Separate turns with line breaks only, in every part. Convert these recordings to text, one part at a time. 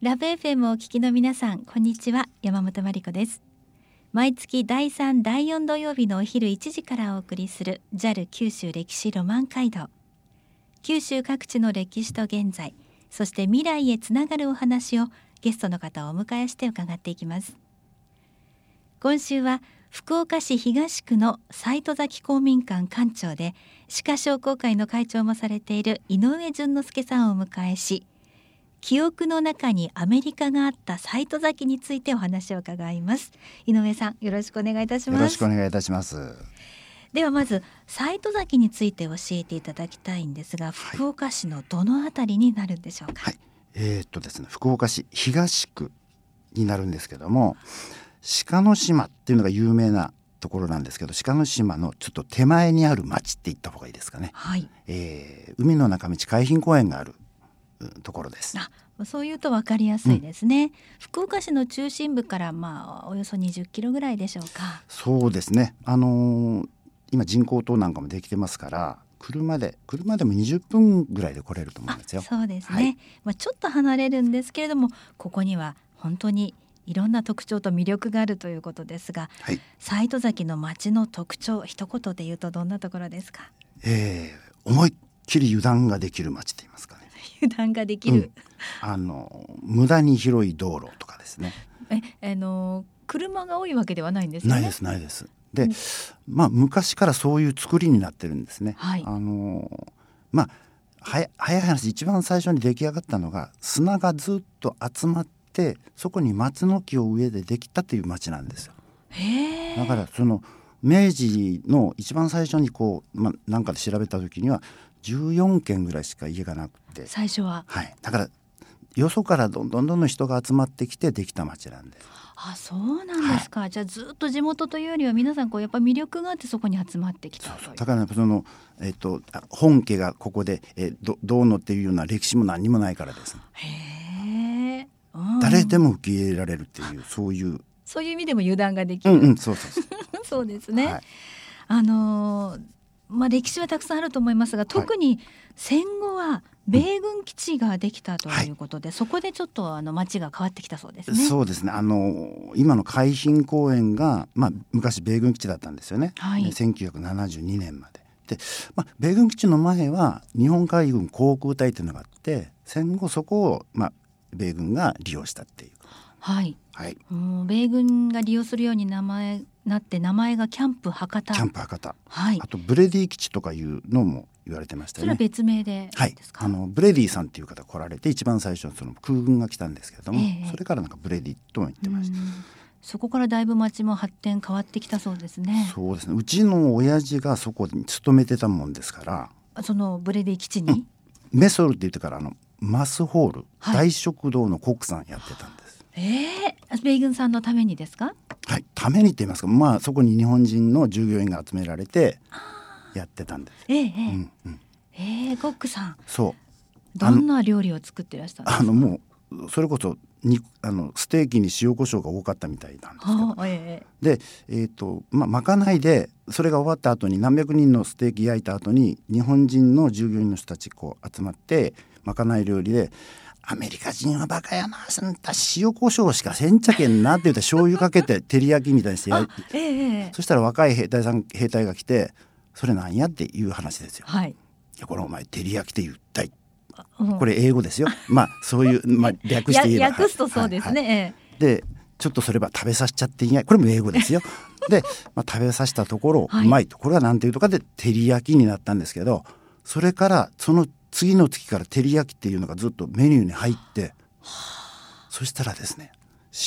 ラブ FM をお聞きの皆さんこんにちは山本真理子です毎月第3第4土曜日のお昼1時からお送りする JAL 九州歴史ロマン街道九州各地の歴史と現在そして未来へつながるお話をゲストの方をお迎えして伺っていきます今週は福岡市東区の斎戸崎公民館館長で歯科商工会の会長もされている井上淳之介さんをお迎えし記憶の中にアメリカがあった斎戸崎についてお話を伺います井上さんよろしくお願いいたし
よ
ま
ろしく
す
お願いいたします。
ではまず斎戸崎について教えていただきたいんですが福岡市のどのあたりになるんでしょうか、
はいえーっとですね、福岡市東区になるんですけども、鹿の島っていうのが有名なところなんですけど、鹿の島のちょっと手前にある町って言った方がいいですかね。
はい、
えー海の中道海浜公園があるうんところです。
あそういうと分かりやすいですね、福岡市の中心部からまあおよそ20キロぐらいでしょうか
そうですね。あのー今人工島なんかもできてますから、車で車でも20分ぐらいで来れると思う
あ
んですよ。
そうですね、
はい
まあ、ちょっと離れるんですけれどもここには本当にいろんな特徴と魅力があるということですが
はい。
斎戸崎の町の特徴一言で言うとどんなところです か
えー思いっきり油断ができる町って言いますかね。
油断ができる、
あの無駄に広い道路とかですね。
えあの車が多いわけではないんですよ
な
ね
いですないです。で、まあ昔からそういう作りになってるんですね。
はい
あのまあはや早い話一番最初に出来上がったのが砂がずっと集まってそこに松の木を植えてできたという町なんですよ。
へえ
だからその明治の一番最初にこうまあなんかで調べた時には14軒ぐらいしか家がなくて、
最初は
はい。だからよそからどんどんどんどん人が集まってきてできた町なんです。
あそうなんですか、じゃあずっと地元というよりは皆さんこうやっぱ魅力があってそこに集まってきたという
だからその、えっとあ本家がここで、えーどどうのっていうような歴史も何にもないからです、
へえ、うん
誰でも受け入れられるっていうそういう
そういう意味でも油断ができ
うん
る、
うんそうそうそう
そうですね、
はい
あのーまあ歴史はたくさんあると思いますが特に戦後は米軍基地ができたということで、そこでちょっとあの街が変わってきたそうですね
そうですねあの今の海浜公園が、まあ、昔米軍基地だったんですよね、
はい
ね1972年まで。で、まあ、米軍基地の前は日本海軍航空隊っていうのがあって戦後そこを、まあ、米軍が利用したっていう。
はい
はい、
もう米軍が利用するように名前なって名前がキャンプ博多
キャンプ博多
はい
あとブレディ基地とかいうのも言われてました
そ
よ
れは
ね。
別名で
はい
です、か、
あのブレディさんっていう方来られて一番最初その空軍が来たんですけれども、
ええ
それからなんかブレディとも言ってました、
うんそこからだいぶ街も発展変わってきたそうですね
そうですねうちの親父がそこに勤めてたもんですから
そのブレディ基地に、
メソルって言ってからあのマスホール、
はい
大食堂のコックさんやってたんです。
ええ米軍さんのためにですか
はい、ためにって言いますか、まあ、そこに日本人の従業員が集められてやってたんです。
えええ
う
え
んうん、
ええコックさん
そう
どんな料理を作ってらしたんですか
あのもうそれこそにあのステーキに塩コショウが多かったみたいなんですけど
はあええ
で、えーとまあ、まかないでそれが終わった後に何百人のステーキ焼いた後に日本人の従業員の人たちこう集まってまかない料理で「アメリカ人はバカやなあんた塩コショウしかせんちゃけんな」って言って醤油かけて照り焼きみたいにして焼いて
ええええ
そしたら若い兵隊さん兵隊が来て「それなんや?」っていう話ですよ。
はい、
いやこれお前照り焼きって言ったい
うん
これ英 語ですよ。まあそういう、まあ、略して言えば
や訳すとそうです
はい
ね、
はい
ええ
でちょっとそれは食べさせちゃっていないこれも英語 ですよで、まあ、食べさせたところ、
はいう
まいとこれは何ていうとかで照り焼きになったんですけどそれからその次の月から照り焼きっていうのがずっとメニューに入ってそしたらですね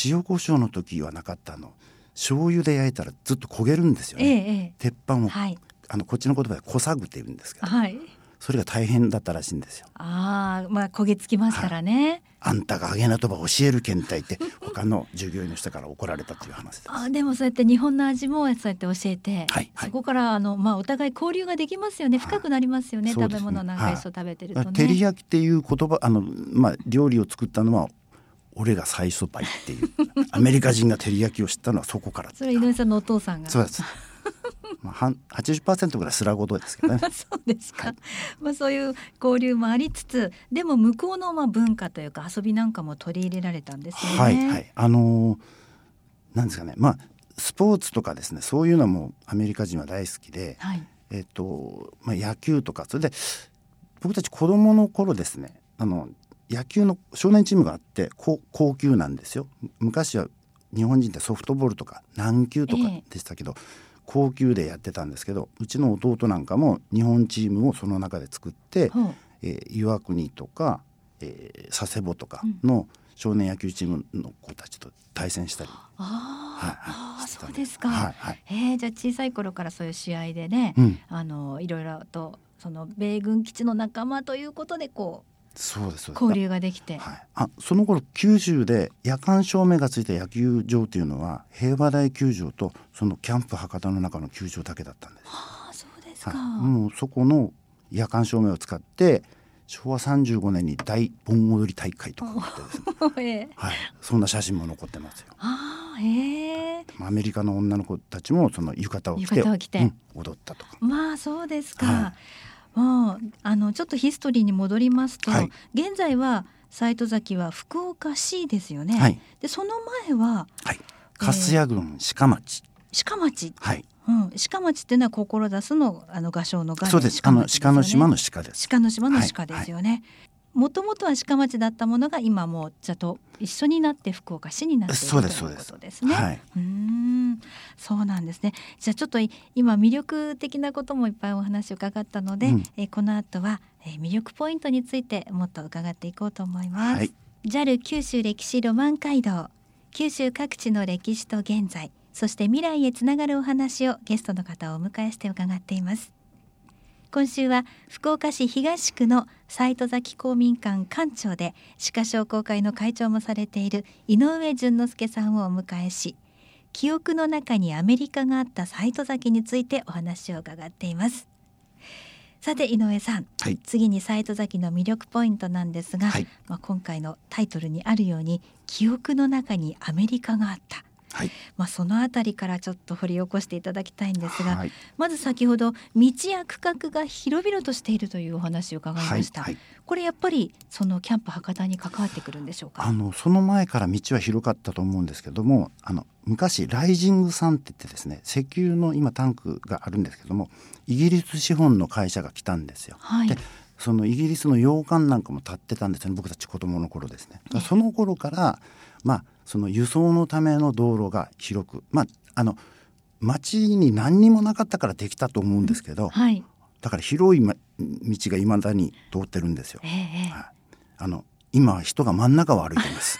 塩コショウの時はなかったの醤油で焼いたらずっと焦げるんですよ
ええ
ね、
え
鉄板
え
を
はい
あのこっちの言葉で「小さぐ」って言うんですけど
はい
それが大変だったらしいんですよ。
ああまあ焦げつきますからね、
あんたが揚げなとば教える検 体って他の従業員の人から怒られたっていう話です。
あでもそうやって日本の味もそうやって教えて、
はいはい
そこからあの、まあ、お互い交流ができますよね
はい
深くなりますよね、
そう
食
で
べ
すね
物なんか一緒食べてるとね。
照り焼きっていう言葉あの、まあ、料理を作ったのは俺が最初ばい っていうアメリカ人が照り焼きを知ったのはそこから
それは井上さんのお父さんが
そうですまあ、はん80%ぐらいスラゴドですけどね
そうですか、
はい
まあ、そういう交流もありつつでも向こうのまあ文化というか遊びなんかも取り入れられたんですよね。
はいはいあのーなんですかねまあスポーツとかですねそういうのはもうアメリカ人は大好きで、
はい
えっとまあ、野球とかそれで僕たち子どもの頃ですねあの野球の少年チームがあって高高級なんですよ昔は日本人ってソフトボールとか軟球とか
ええ
でしたけど、高級でやってたんですけどうちの弟なんかも日本チームをその中で作って、
ほう
えー岩国とか、えー佐世保とかの少年野球チームの子たちと対戦したり、はい
あー、
はい
あー
して
そ
たん
うですか。
はいはい
えーじゃあ小さい頃からそういう試合でね、
うん、
あのいろいろとその米軍基地の仲間ということでこ
そうですそう
う
です
交流ができて、
はい、あその頃九州で夜間照明がついた野球場というのは平和大球場とそのキャンプ博多の中の球場だけだったんです。
ああそうですか。
はい、もうそこの夜間照明を使って昭和35年に大盆踊り大会とかがあってですね、
えー
はい、そんな写真も残ってますよ。
ああええ
まあアメリカの女の子たちもその浴衣を着て
浴衣を着て
うん踊ったとか。
まあそうですか。
は
もうあのちょっとヒストリーに戻りますと、
はい
現在は斎藤崎は福岡市ですよね。
はい、
でその前は
はい、粕谷郡鹿町、
鹿町、
はい、
うん、鹿町っていうのは志のあの合唱の合
そうです。あの鹿の島の鹿です。
鹿の島の鹿ですよね。もともとは鹿町だったものが今もう茶と一緒になって福岡市になっていると
そう
いう
ですそう
こ
です
とですね。
はい、
うーんそうなんですね。じゃあちょっとい今魅力的なこともいっぱいお話を伺ったので、
うん
えーこの後は、えー魅力ポイントについてもっと伺っていこうと思います。
はい
JAL 九州歴史ロマン街道九州各地の歴史と現在そして未来へつながるお話をゲストの方をお迎えして伺っています今週は福岡市東区の斎戸崎公民館館長で鹿商工会の会長もされている井上淳之介さんをお迎えし記憶の中にアメリカがあった斎戸崎についてお話を伺っていますさて井上さん、
はい
次に斎戸崎の魅力ポイントなんですが、
はい
まあ、今回のタイトルにあるように記憶の中にアメリカがあった、
はい、
まあ、そのあたりからちょっと掘り起こしていただきたいんですが、
はい、
まず先ほど道や区画が広々としているというお話を伺いました、
はいはい
これやっぱりそのキャンプ博多に関わってくるんでしょう
あ
か
のその前から道は広かったと思うんですけどもあの昔ライジングさんって言ってですね石油の今タンクがあるんですけどもイギリス資本の会社が来たんですよ。
はい
でそのイギリスの洋館なんかも建ってたんですね僕たち子供の頃ですね。だからその頃から、まあ、その輸送のための道路が広く、まあ、あの町に何にもなかったからできたと思うんですけど
はい
だから広い、ま、道がいまだに通ってるんですよ
え。えええ
はい、あの今は人が真ん中を歩いてます。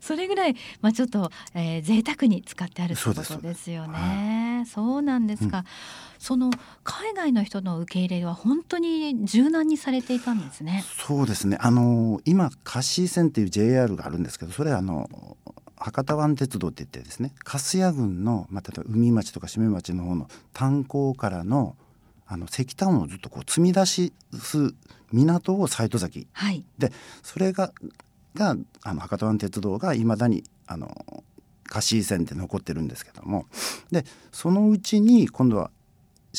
それぐらい、まあ、ちょっと、えー、贅沢に使ってあるというこ
そ
と
うで
ですよね。そうなんですか、その海外の人の受け入れは本当に柔軟にされていたんですね。
そうですね。あの今貸井線っていう JR があるんですけど、それはあの博多湾鉄道って言ってですね、粕谷郡のまあ、例えば海町とか締め町の方の炭鉱からのあの石炭をずっとこう積み出しす港を斎藤崎
はい、
で、それががあの博多湾鉄道がいまだにあの貸井線で残ってるんですけども、でそのうちに今度は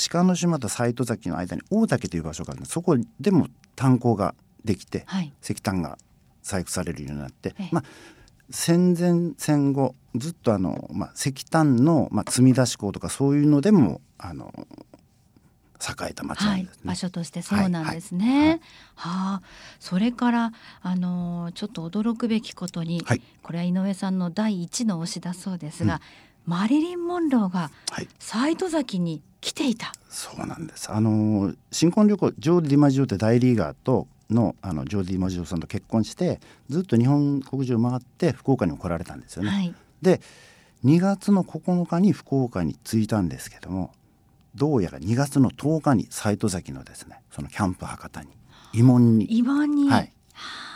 鹿の島と斎藤崎の間に大竹という場所があるんです。そこでも炭鉱ができて、
はい、
石炭が採掘されるようになって
ええ、
まあ、戦前戦後ずっとあの、まあ、石炭の、まあ、積み出し港とかそういうのでもあの栄えた町な
は
ん
い
ですね。
場所としてそうなんです
はいは
ね
い。
はあ、それからあのーちょっと驚くべきことに、
はい
これは井上さんの第一の推しだそうですが、マリリン・モンローが
はい、
斎戸崎に来ていた。
そうなんですあの新婚旅行ジョー・ディマジオって大リーガーとのあのジョー・ディマジオさんと結婚してずっと日本国中回って福岡にも来られたんですよね。
はい、
で2月の9日に福岡に着いたんですけどもどうやら2月の10日に斎戸崎のですねそのキャンプ博多に慰問に。
今に、
はい、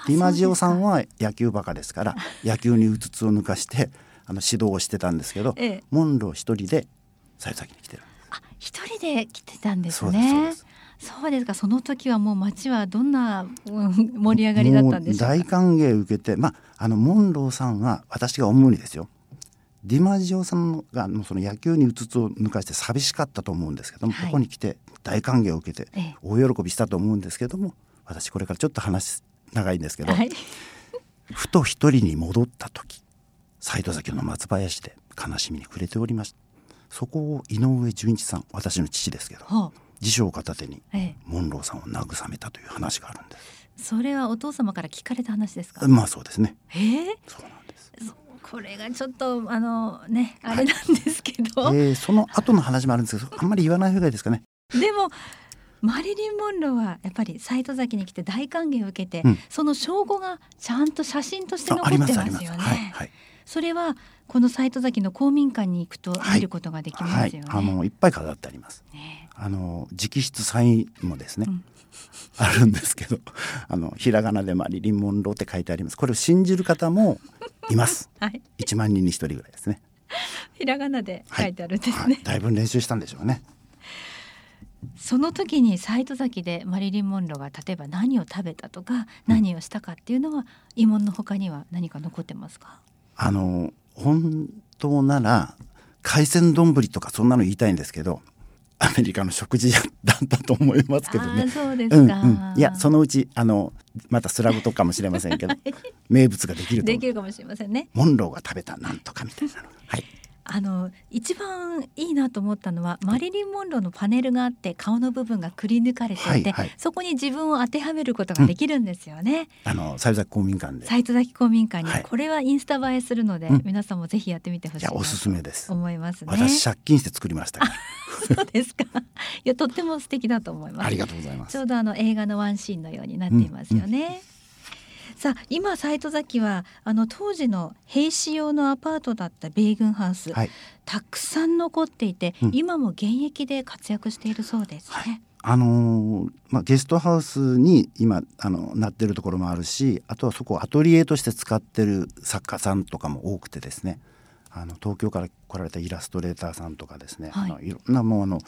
ディマジオさん
は
は野球バカですから野球にうつつを抜かしてあの指導をしてたんですけど、
ええ
モンロー一人で斎藤崎に来てるんです
あ一人で来てたんです
そうですそう
ね
で。
そう
す
ですか。その時はもう街はどんなうん盛り上がりだったんでしょうか。
もう大歓迎受けて、まあ、あのモンローさんは私が思うにですよディマジオさんがもうその野球にうつつを抜かして寂しかったと思うんですけども、
はい
ここに来て大歓迎を受けて
ええ
大喜びしたと思うんですけども私これからちょっと話長いんですけど、
はい。
ふと一人に戻った時サイド崎の松林で悲しみに暮れておりましたそこを井上純一さん私の父ですけど
ほう。
辞書を片手に
ええ。
モンローさんを慰めたという話があるんです
それはお父様から聞かれた話ですか。
まあそうですね
ええ
そうなんです、
そこれがちょっとあのねあれなんですけど、
えーその後の話もあるんですけどあんまり言わない方がいいですかね
でもマリリン・モンローはやっぱりサイト崎に来て大歓迎を受けて、
うん
その証拠がちゃんと写真として
あ
残
あ
って
りま
ます
す
よね。
ありますはいはい
それはこのサイト崎の公民館に行くと見ることができま
は
す
い
よね。
あのいっぱい飾ってあります
ね
あの直筆サインもですね、
うん
あるんですけどあのひらがなでマリリン・モンローって書いてありますこれを信じる方もいます
はい、
1万人に1人ぐらいですね
ひらがなで書いてあるんですね。
はい、だいぶ練習したんでしょうね
その時にサイト崎でマリリン・モンローが例えば何を食べたとか何をしたかっていうのは疑問の他には何か残ってますか、
あの本当なら海鮮丼とかそんなの言いたいんですけどアメリカの食事だったと思いますけど
ああ
ね。
そうで
うん
す
う
か、
ん、いやそのうちあのまたスラブとかもしれませんけど名物ができると
で
思
き
う
るかもしれませんね
モンローが食べたなんとかみたいなのがはい
あの一番いいなと思ったのはマリリン・モンローのパネルがあって顔の部分がくり抜かれていて、
はいはい
そこに自分を当てはめることができるんですよね、
あの西崎公民館で
サイト崎公民館に、
はい
これはインスタ映えするので、
うん
皆さんもぜひやってみてほし
い
いな
や
と
おすすめです、
思いますね
私借金して作りましたから
そうですかいやとっても素敵だと思います
ありがとうございま
ち
す
ょうどあの映画のワンシーンのようになっていますよね。さあ今サイト崎はあの当時の兵士用のアパートだった米軍ハウス、
はい
たくさん残っていて、
うん
今も現役で活躍しているそうですね。
あのーまあ、ゲストハウスに今あのなってるところもあるしあとはそこをアトリエとして使ってる作家さんとかも多くてですねあの東京から来られたイラストレーターさんとかですね、
はい
い、あのいろんなもうあの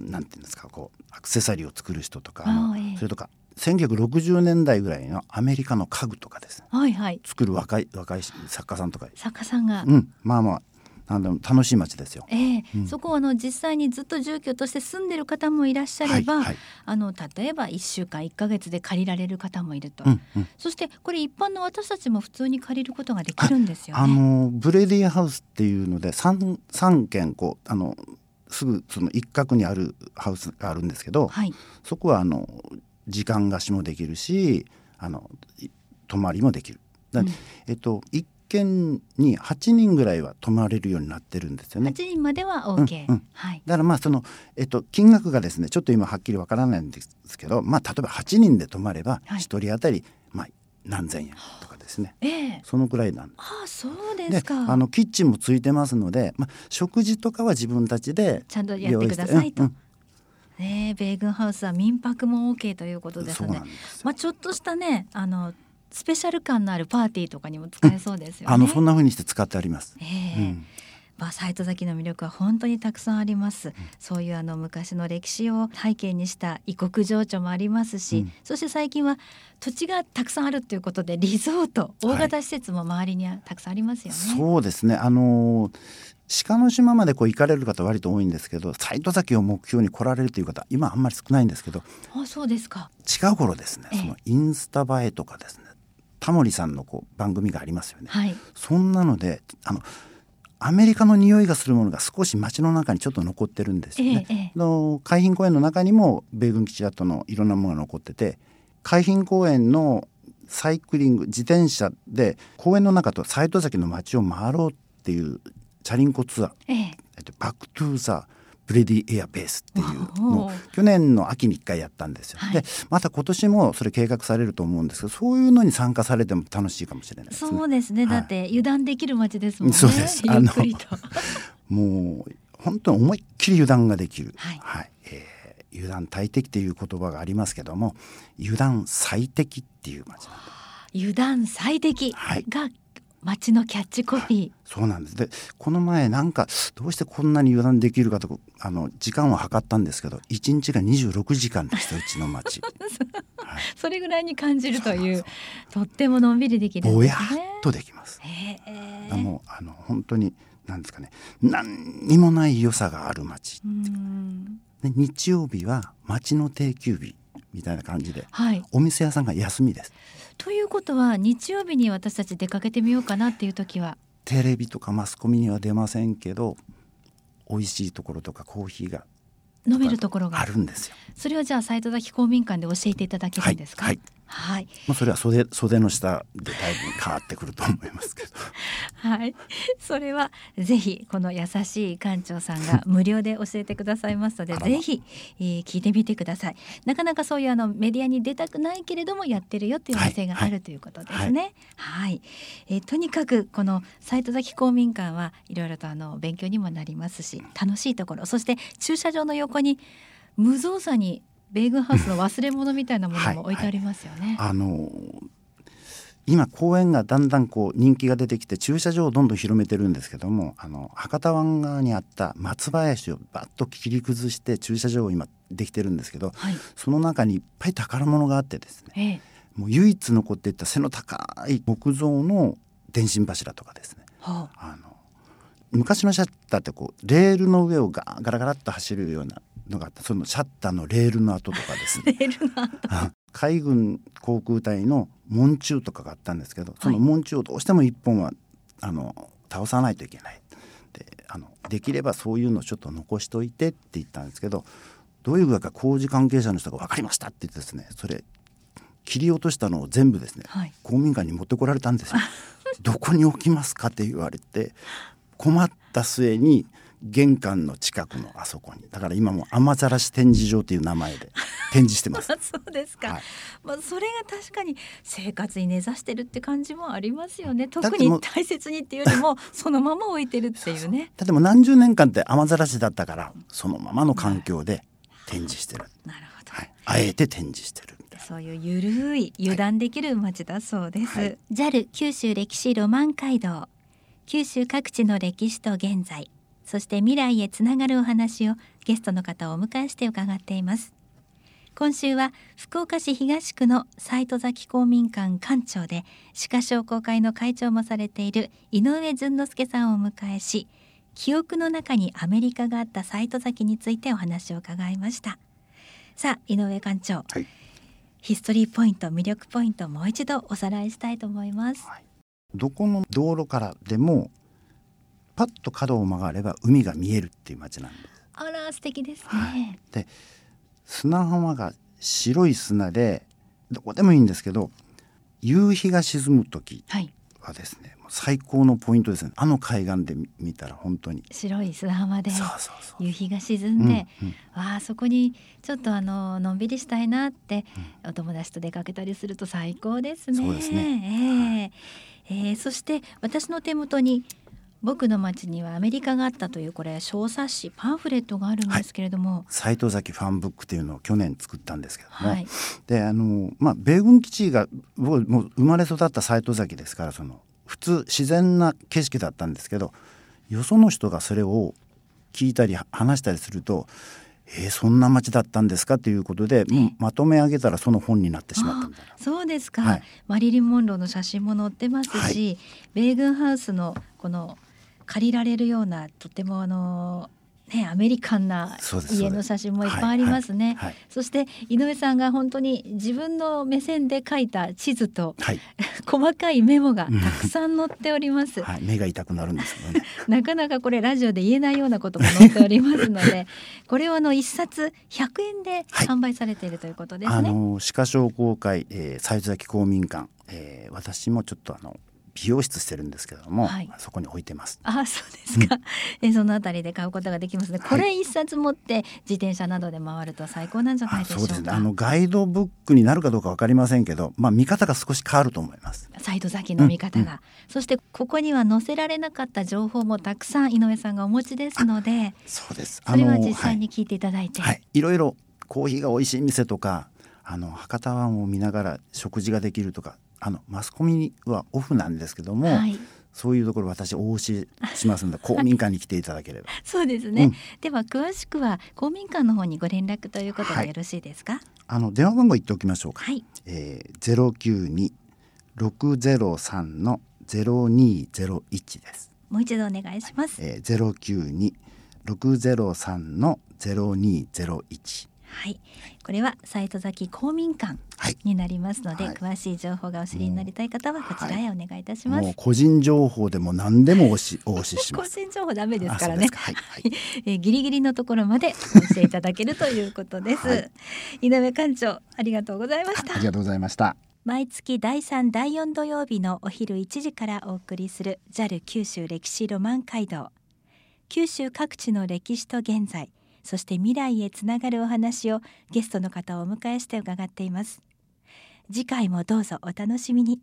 なんていうんですかこうアクセサリーを作る人とかあの
ああええ
それとか1960年代ぐらいのアメリカの家具とかですね
はい、はい
作る若い若い作家さんとか、
作家さんが、
うん、まあまああの楽しい街ですよ。
ええ
うん
そこはあの実際にずっと住居として住んでる方もいらっしゃれば、
はいはい
あの例えば1週間1ヶ月で借りられる方もいると、
うんうん
そしてこれ一般の私たちも普通に借りることができるんですよね。
あのブレディハウスっていうので 3, 三軒こうあのすぐその一角にあるハウスがあるんですけど、
はい、
そこはあの時間貸しもできるしあのい泊まりもできる。だ
うん
えっと、一軒に8人ぐらいは泊まれるようになってるんですよね。
8人までは OK、
うんうん
はい、
だからまあその、えっと、金額がですねちょっと今はっきりわからないんですけど、まあ、例えば8人で泊まれば
は
1
い
人当たり、まあ、何千円とかですね
ええ
そのくらいなん
ああそうで
です
か。
あのキッチンもついてますので、まあ、食事とかは自分たちで
ちゃんとやっ
用
て
意
く
して
ださいと。
うんうん
ねえ米軍ハウスは民泊も OK ということです
そう
ので、
なんですよ
まあちょっとしたねあのスペシャル感のあるパーティーとかにも使えそうですよね。
あのそんな風にして使ってあります。
え
う
え
ん
まあ、サイト崎の魅力は本当にたくさんあります、そういうあの昔の歴史を背景にした異国情緒もありますし、
うん
そして最近は土地がたくさんあるということでリゾート大型施設も周りにはたくさんありますよね。
そうですね。あのー鹿の島までこう行かれる方割と多いんですけど、斎藤崎を目標に来られるという方今あんまり少ないんですけど、
あそうですか
近頃ですね
ええ。
そのインスタ映えとかですね。タモリさんのこう番組がありますよね。
はい
そんなのであのアメリカの匂いがするものが少し街の中にちょっと残ってるんですよね。
ええええ
あの海浜公園の中にも米軍基地跡のいろんなものが残ってて海浜公園のサイクリング自転車で公園の中と斎藤崎の街を回ろうっていうチャリンコツアー
ええ
えっと「バック・トゥ・ザ・ブレディ・エア・ベース」っていうの
お
を
ー
去年の秋に1回やったんですよ。
はい
でまた今年もそれ計画されると思うんですけどそういうのに参加されても楽しいかもしれないですね。
そうですね、
はい
だって油断できる街ですもんね
そうですあの
ゆっくりと
もう本当に思いっきり油断ができる、
はい
えー油断大敵っていう言葉がありますけども油断最適っていう街なんです
油断最適
はい
が街のキャッチコピ
そうなんですでこの前なんかどうしてこんなに油断できるかとあの時間を測ったんですけど1日が26時間でしたうち の街はい
ー、それぐらいに感じると
そうなん
い
で
うとってものんびりできるん
ぼ
で
や
すね
っとできます、
ええ
もうあの本当になんですかね何にもない良さがある町
うん
で日曜日は町の定休日みたいな感じで
はい。
お店屋さんが休みです
ということは日曜日に私たち出かけてみようかなっていう時は、
テレビとかマスコミには出ませんけど美味しいところとかコーヒーが
飲めるところ
あ
が。
るんですよ。
それはじゃあ斉藤崎公民館で教えていただけるんですか。
はいはい
はい。
まあ、それは袖袖の下でだいぶ変わってくると思いますけど
はい、 それはぜひこの優しい館長さん が無料で教えてくださいますので、
あらま
ぜひ、えー聞いてみてください。なかなかそういうあのメディアに出たくないけれどもやってるよっていうお店が
はいは
あ
い
るということですね。はい、えーとにかくこの斎藤崎公民館はいろいろとあの勉強にもなりますし、楽しいところ、そして駐車場の横に無造作に米軍ハウスの忘れ物みたいなものも置いてありますよね。
あの今公園がだんだんこう人気が出てきて駐車場をどんどん広めてるんですけどもあの博多湾側にあった松林をバッと切り崩して駐車場を今できてるんですけど
はい、
その中にいっぱい宝物があってですね
ええ
もう唯一残っていった背の高い木造の電信柱とかですね
はあ
あの昔のシャッターってこうレールの上をガーガラガラっと走るようなのがあってそのシャッターのレールの跡とかですね
レールが
海軍航空隊の門柱とかがあったんですけどその門柱をどうしても一本はあの倒さないといけないであのできればそういうのちょっと残しといてって言ったんですけどどういう具合か工事関係者の人が分かりましたって言ってですねそれ切り落としたのを全部ですね
はい。
公民館に持ってこられた んですよ。どこに置きますかって言われて困った末に玄関の近くのあそこにだから今も雨ざらし展示場という名前で展示してます。
あ そうですか、
はい
まあ、それが確かに生活に根ざしてるって感じもありますよね
って
特
も
に
う
大切にっていうよりもそのまま置いてるっていうね
でも何十年間って雨ざらしだったからそのままの環境で展示してる、
なるほど、
はい、あえて展示してるみたい
そういうゆるい油断できる街だそうです、
はい
JAL 九州歴史ロマン街道九州各地の歴史と現在そして未来へつながるお話をゲストの方をお迎えして伺っています今週は福岡市東区の斎戸崎公民館館長で歯科商工会の会長もされている井上淳之介さんをお迎えし記憶の中にアメリカがあった斎戸崎についてお話を伺いましたさあ井上館長、
はい
ヒストリーポイント魅力ポイントをもう一度おさらいしたいと思います
な、はい、どこの道路からでもパッと角を曲がれば海が見えるっていう街なんです
あら素敵ですね、
はいで砂浜が白い砂でどこでもいいんですけど夕日が沈む時
はい、
はですねもう最高のポイントですねあの海岸で見見たら本当に、
白い砂浜で
そうそうそう
夕日が沈んで、
うんうん
わあそこにちょっとあののんびりしたいなって、お友達と出かけたりすると最高ですね。
そうです
ねえええーそして私の手元に僕の町にはアメリカがあったというこれ小冊子パンフレットがあるんですけれども、
斎藤崎ファンブックっていうのを去年作ったんですけども、
はい、
であのまあ米軍基地が僕もう生まれ育った斎藤崎ですからその普通自然な景色だったんですけどよその人がそれを聞いたりは話したりすると「えーそんな町だったんですか?」ということでもうまとめ上げたらその本になってしまったみたいな
あ。そうですか、
はい
マリリン・モンローの写真も載ってますし、米軍ハウスのこの借りられるようなとてもあのねアメリカンな
そうです
家の写真もいっぱいありますね。
はい
そして井上さんが本当に自分の目線で書いた地図と
はい、
細かいメモがたくさん載っております。
はい、目が痛くなるんですけ どね。
なかなかこれラジオで言えないようなことも載っておりますの で、これをあの一冊100円で販売されているということですね。
あの歯科商工会、えー、西津崎公民館、えー私もちょっとあの美容室してるんですけども、
はい
そこに置いてます。
あ、そうですか。え、そのあたりで買うことができますね。
はい
これ一冊持って自転車などで回ると最高なんじゃない
あ
でしょ
そううですね
か。
あのガイドブックになるかどうか分かりませんけど、まあ、見方が少し変わると思います。
サイド先の見方が、そしてここには載せられなかった情報もたくさん井上さんがお持ちですので、
そうです
それは実際
はい
に聞いていただいて、
はい、いろいろコーヒーが美味しい店とかあの博多湾を見ながら食事ができるとかあのマスコミはオフなんですけども、
はい
そういうところ私お教えし ますので公民館に来ていただければ。
そうですね。
うん
では詳しくは公民館の方にご連絡ということでよろしいですか。
あの電話番号言っておきましょうか。
はい、
えー、ゼロ九二六ゼロ三のゼロ二ゼロ一です。
もう一度お願いします。
えー、092603の0201
はい、これはサイト崎公民館
はい
になりますので、
はい
詳しい情報がお知りになりたい方はこちらへお願いいたします。
もう個人情報でも何でもおしお教えし
個
ます
人情報ダメですから
あそう
ね
ですかは い、はい、
えーギリギリのところまでお教えいただけるということです、
はい
井上館長ありがとうございました
ありがとうございました
毎月第3第4土曜日のお昼1時からお送りする JAL 九州歴史ロマン街道九州各地の歴史と現在そして未来へつながるお話をゲストの方をお迎えして伺っています次回もどうぞお楽しみに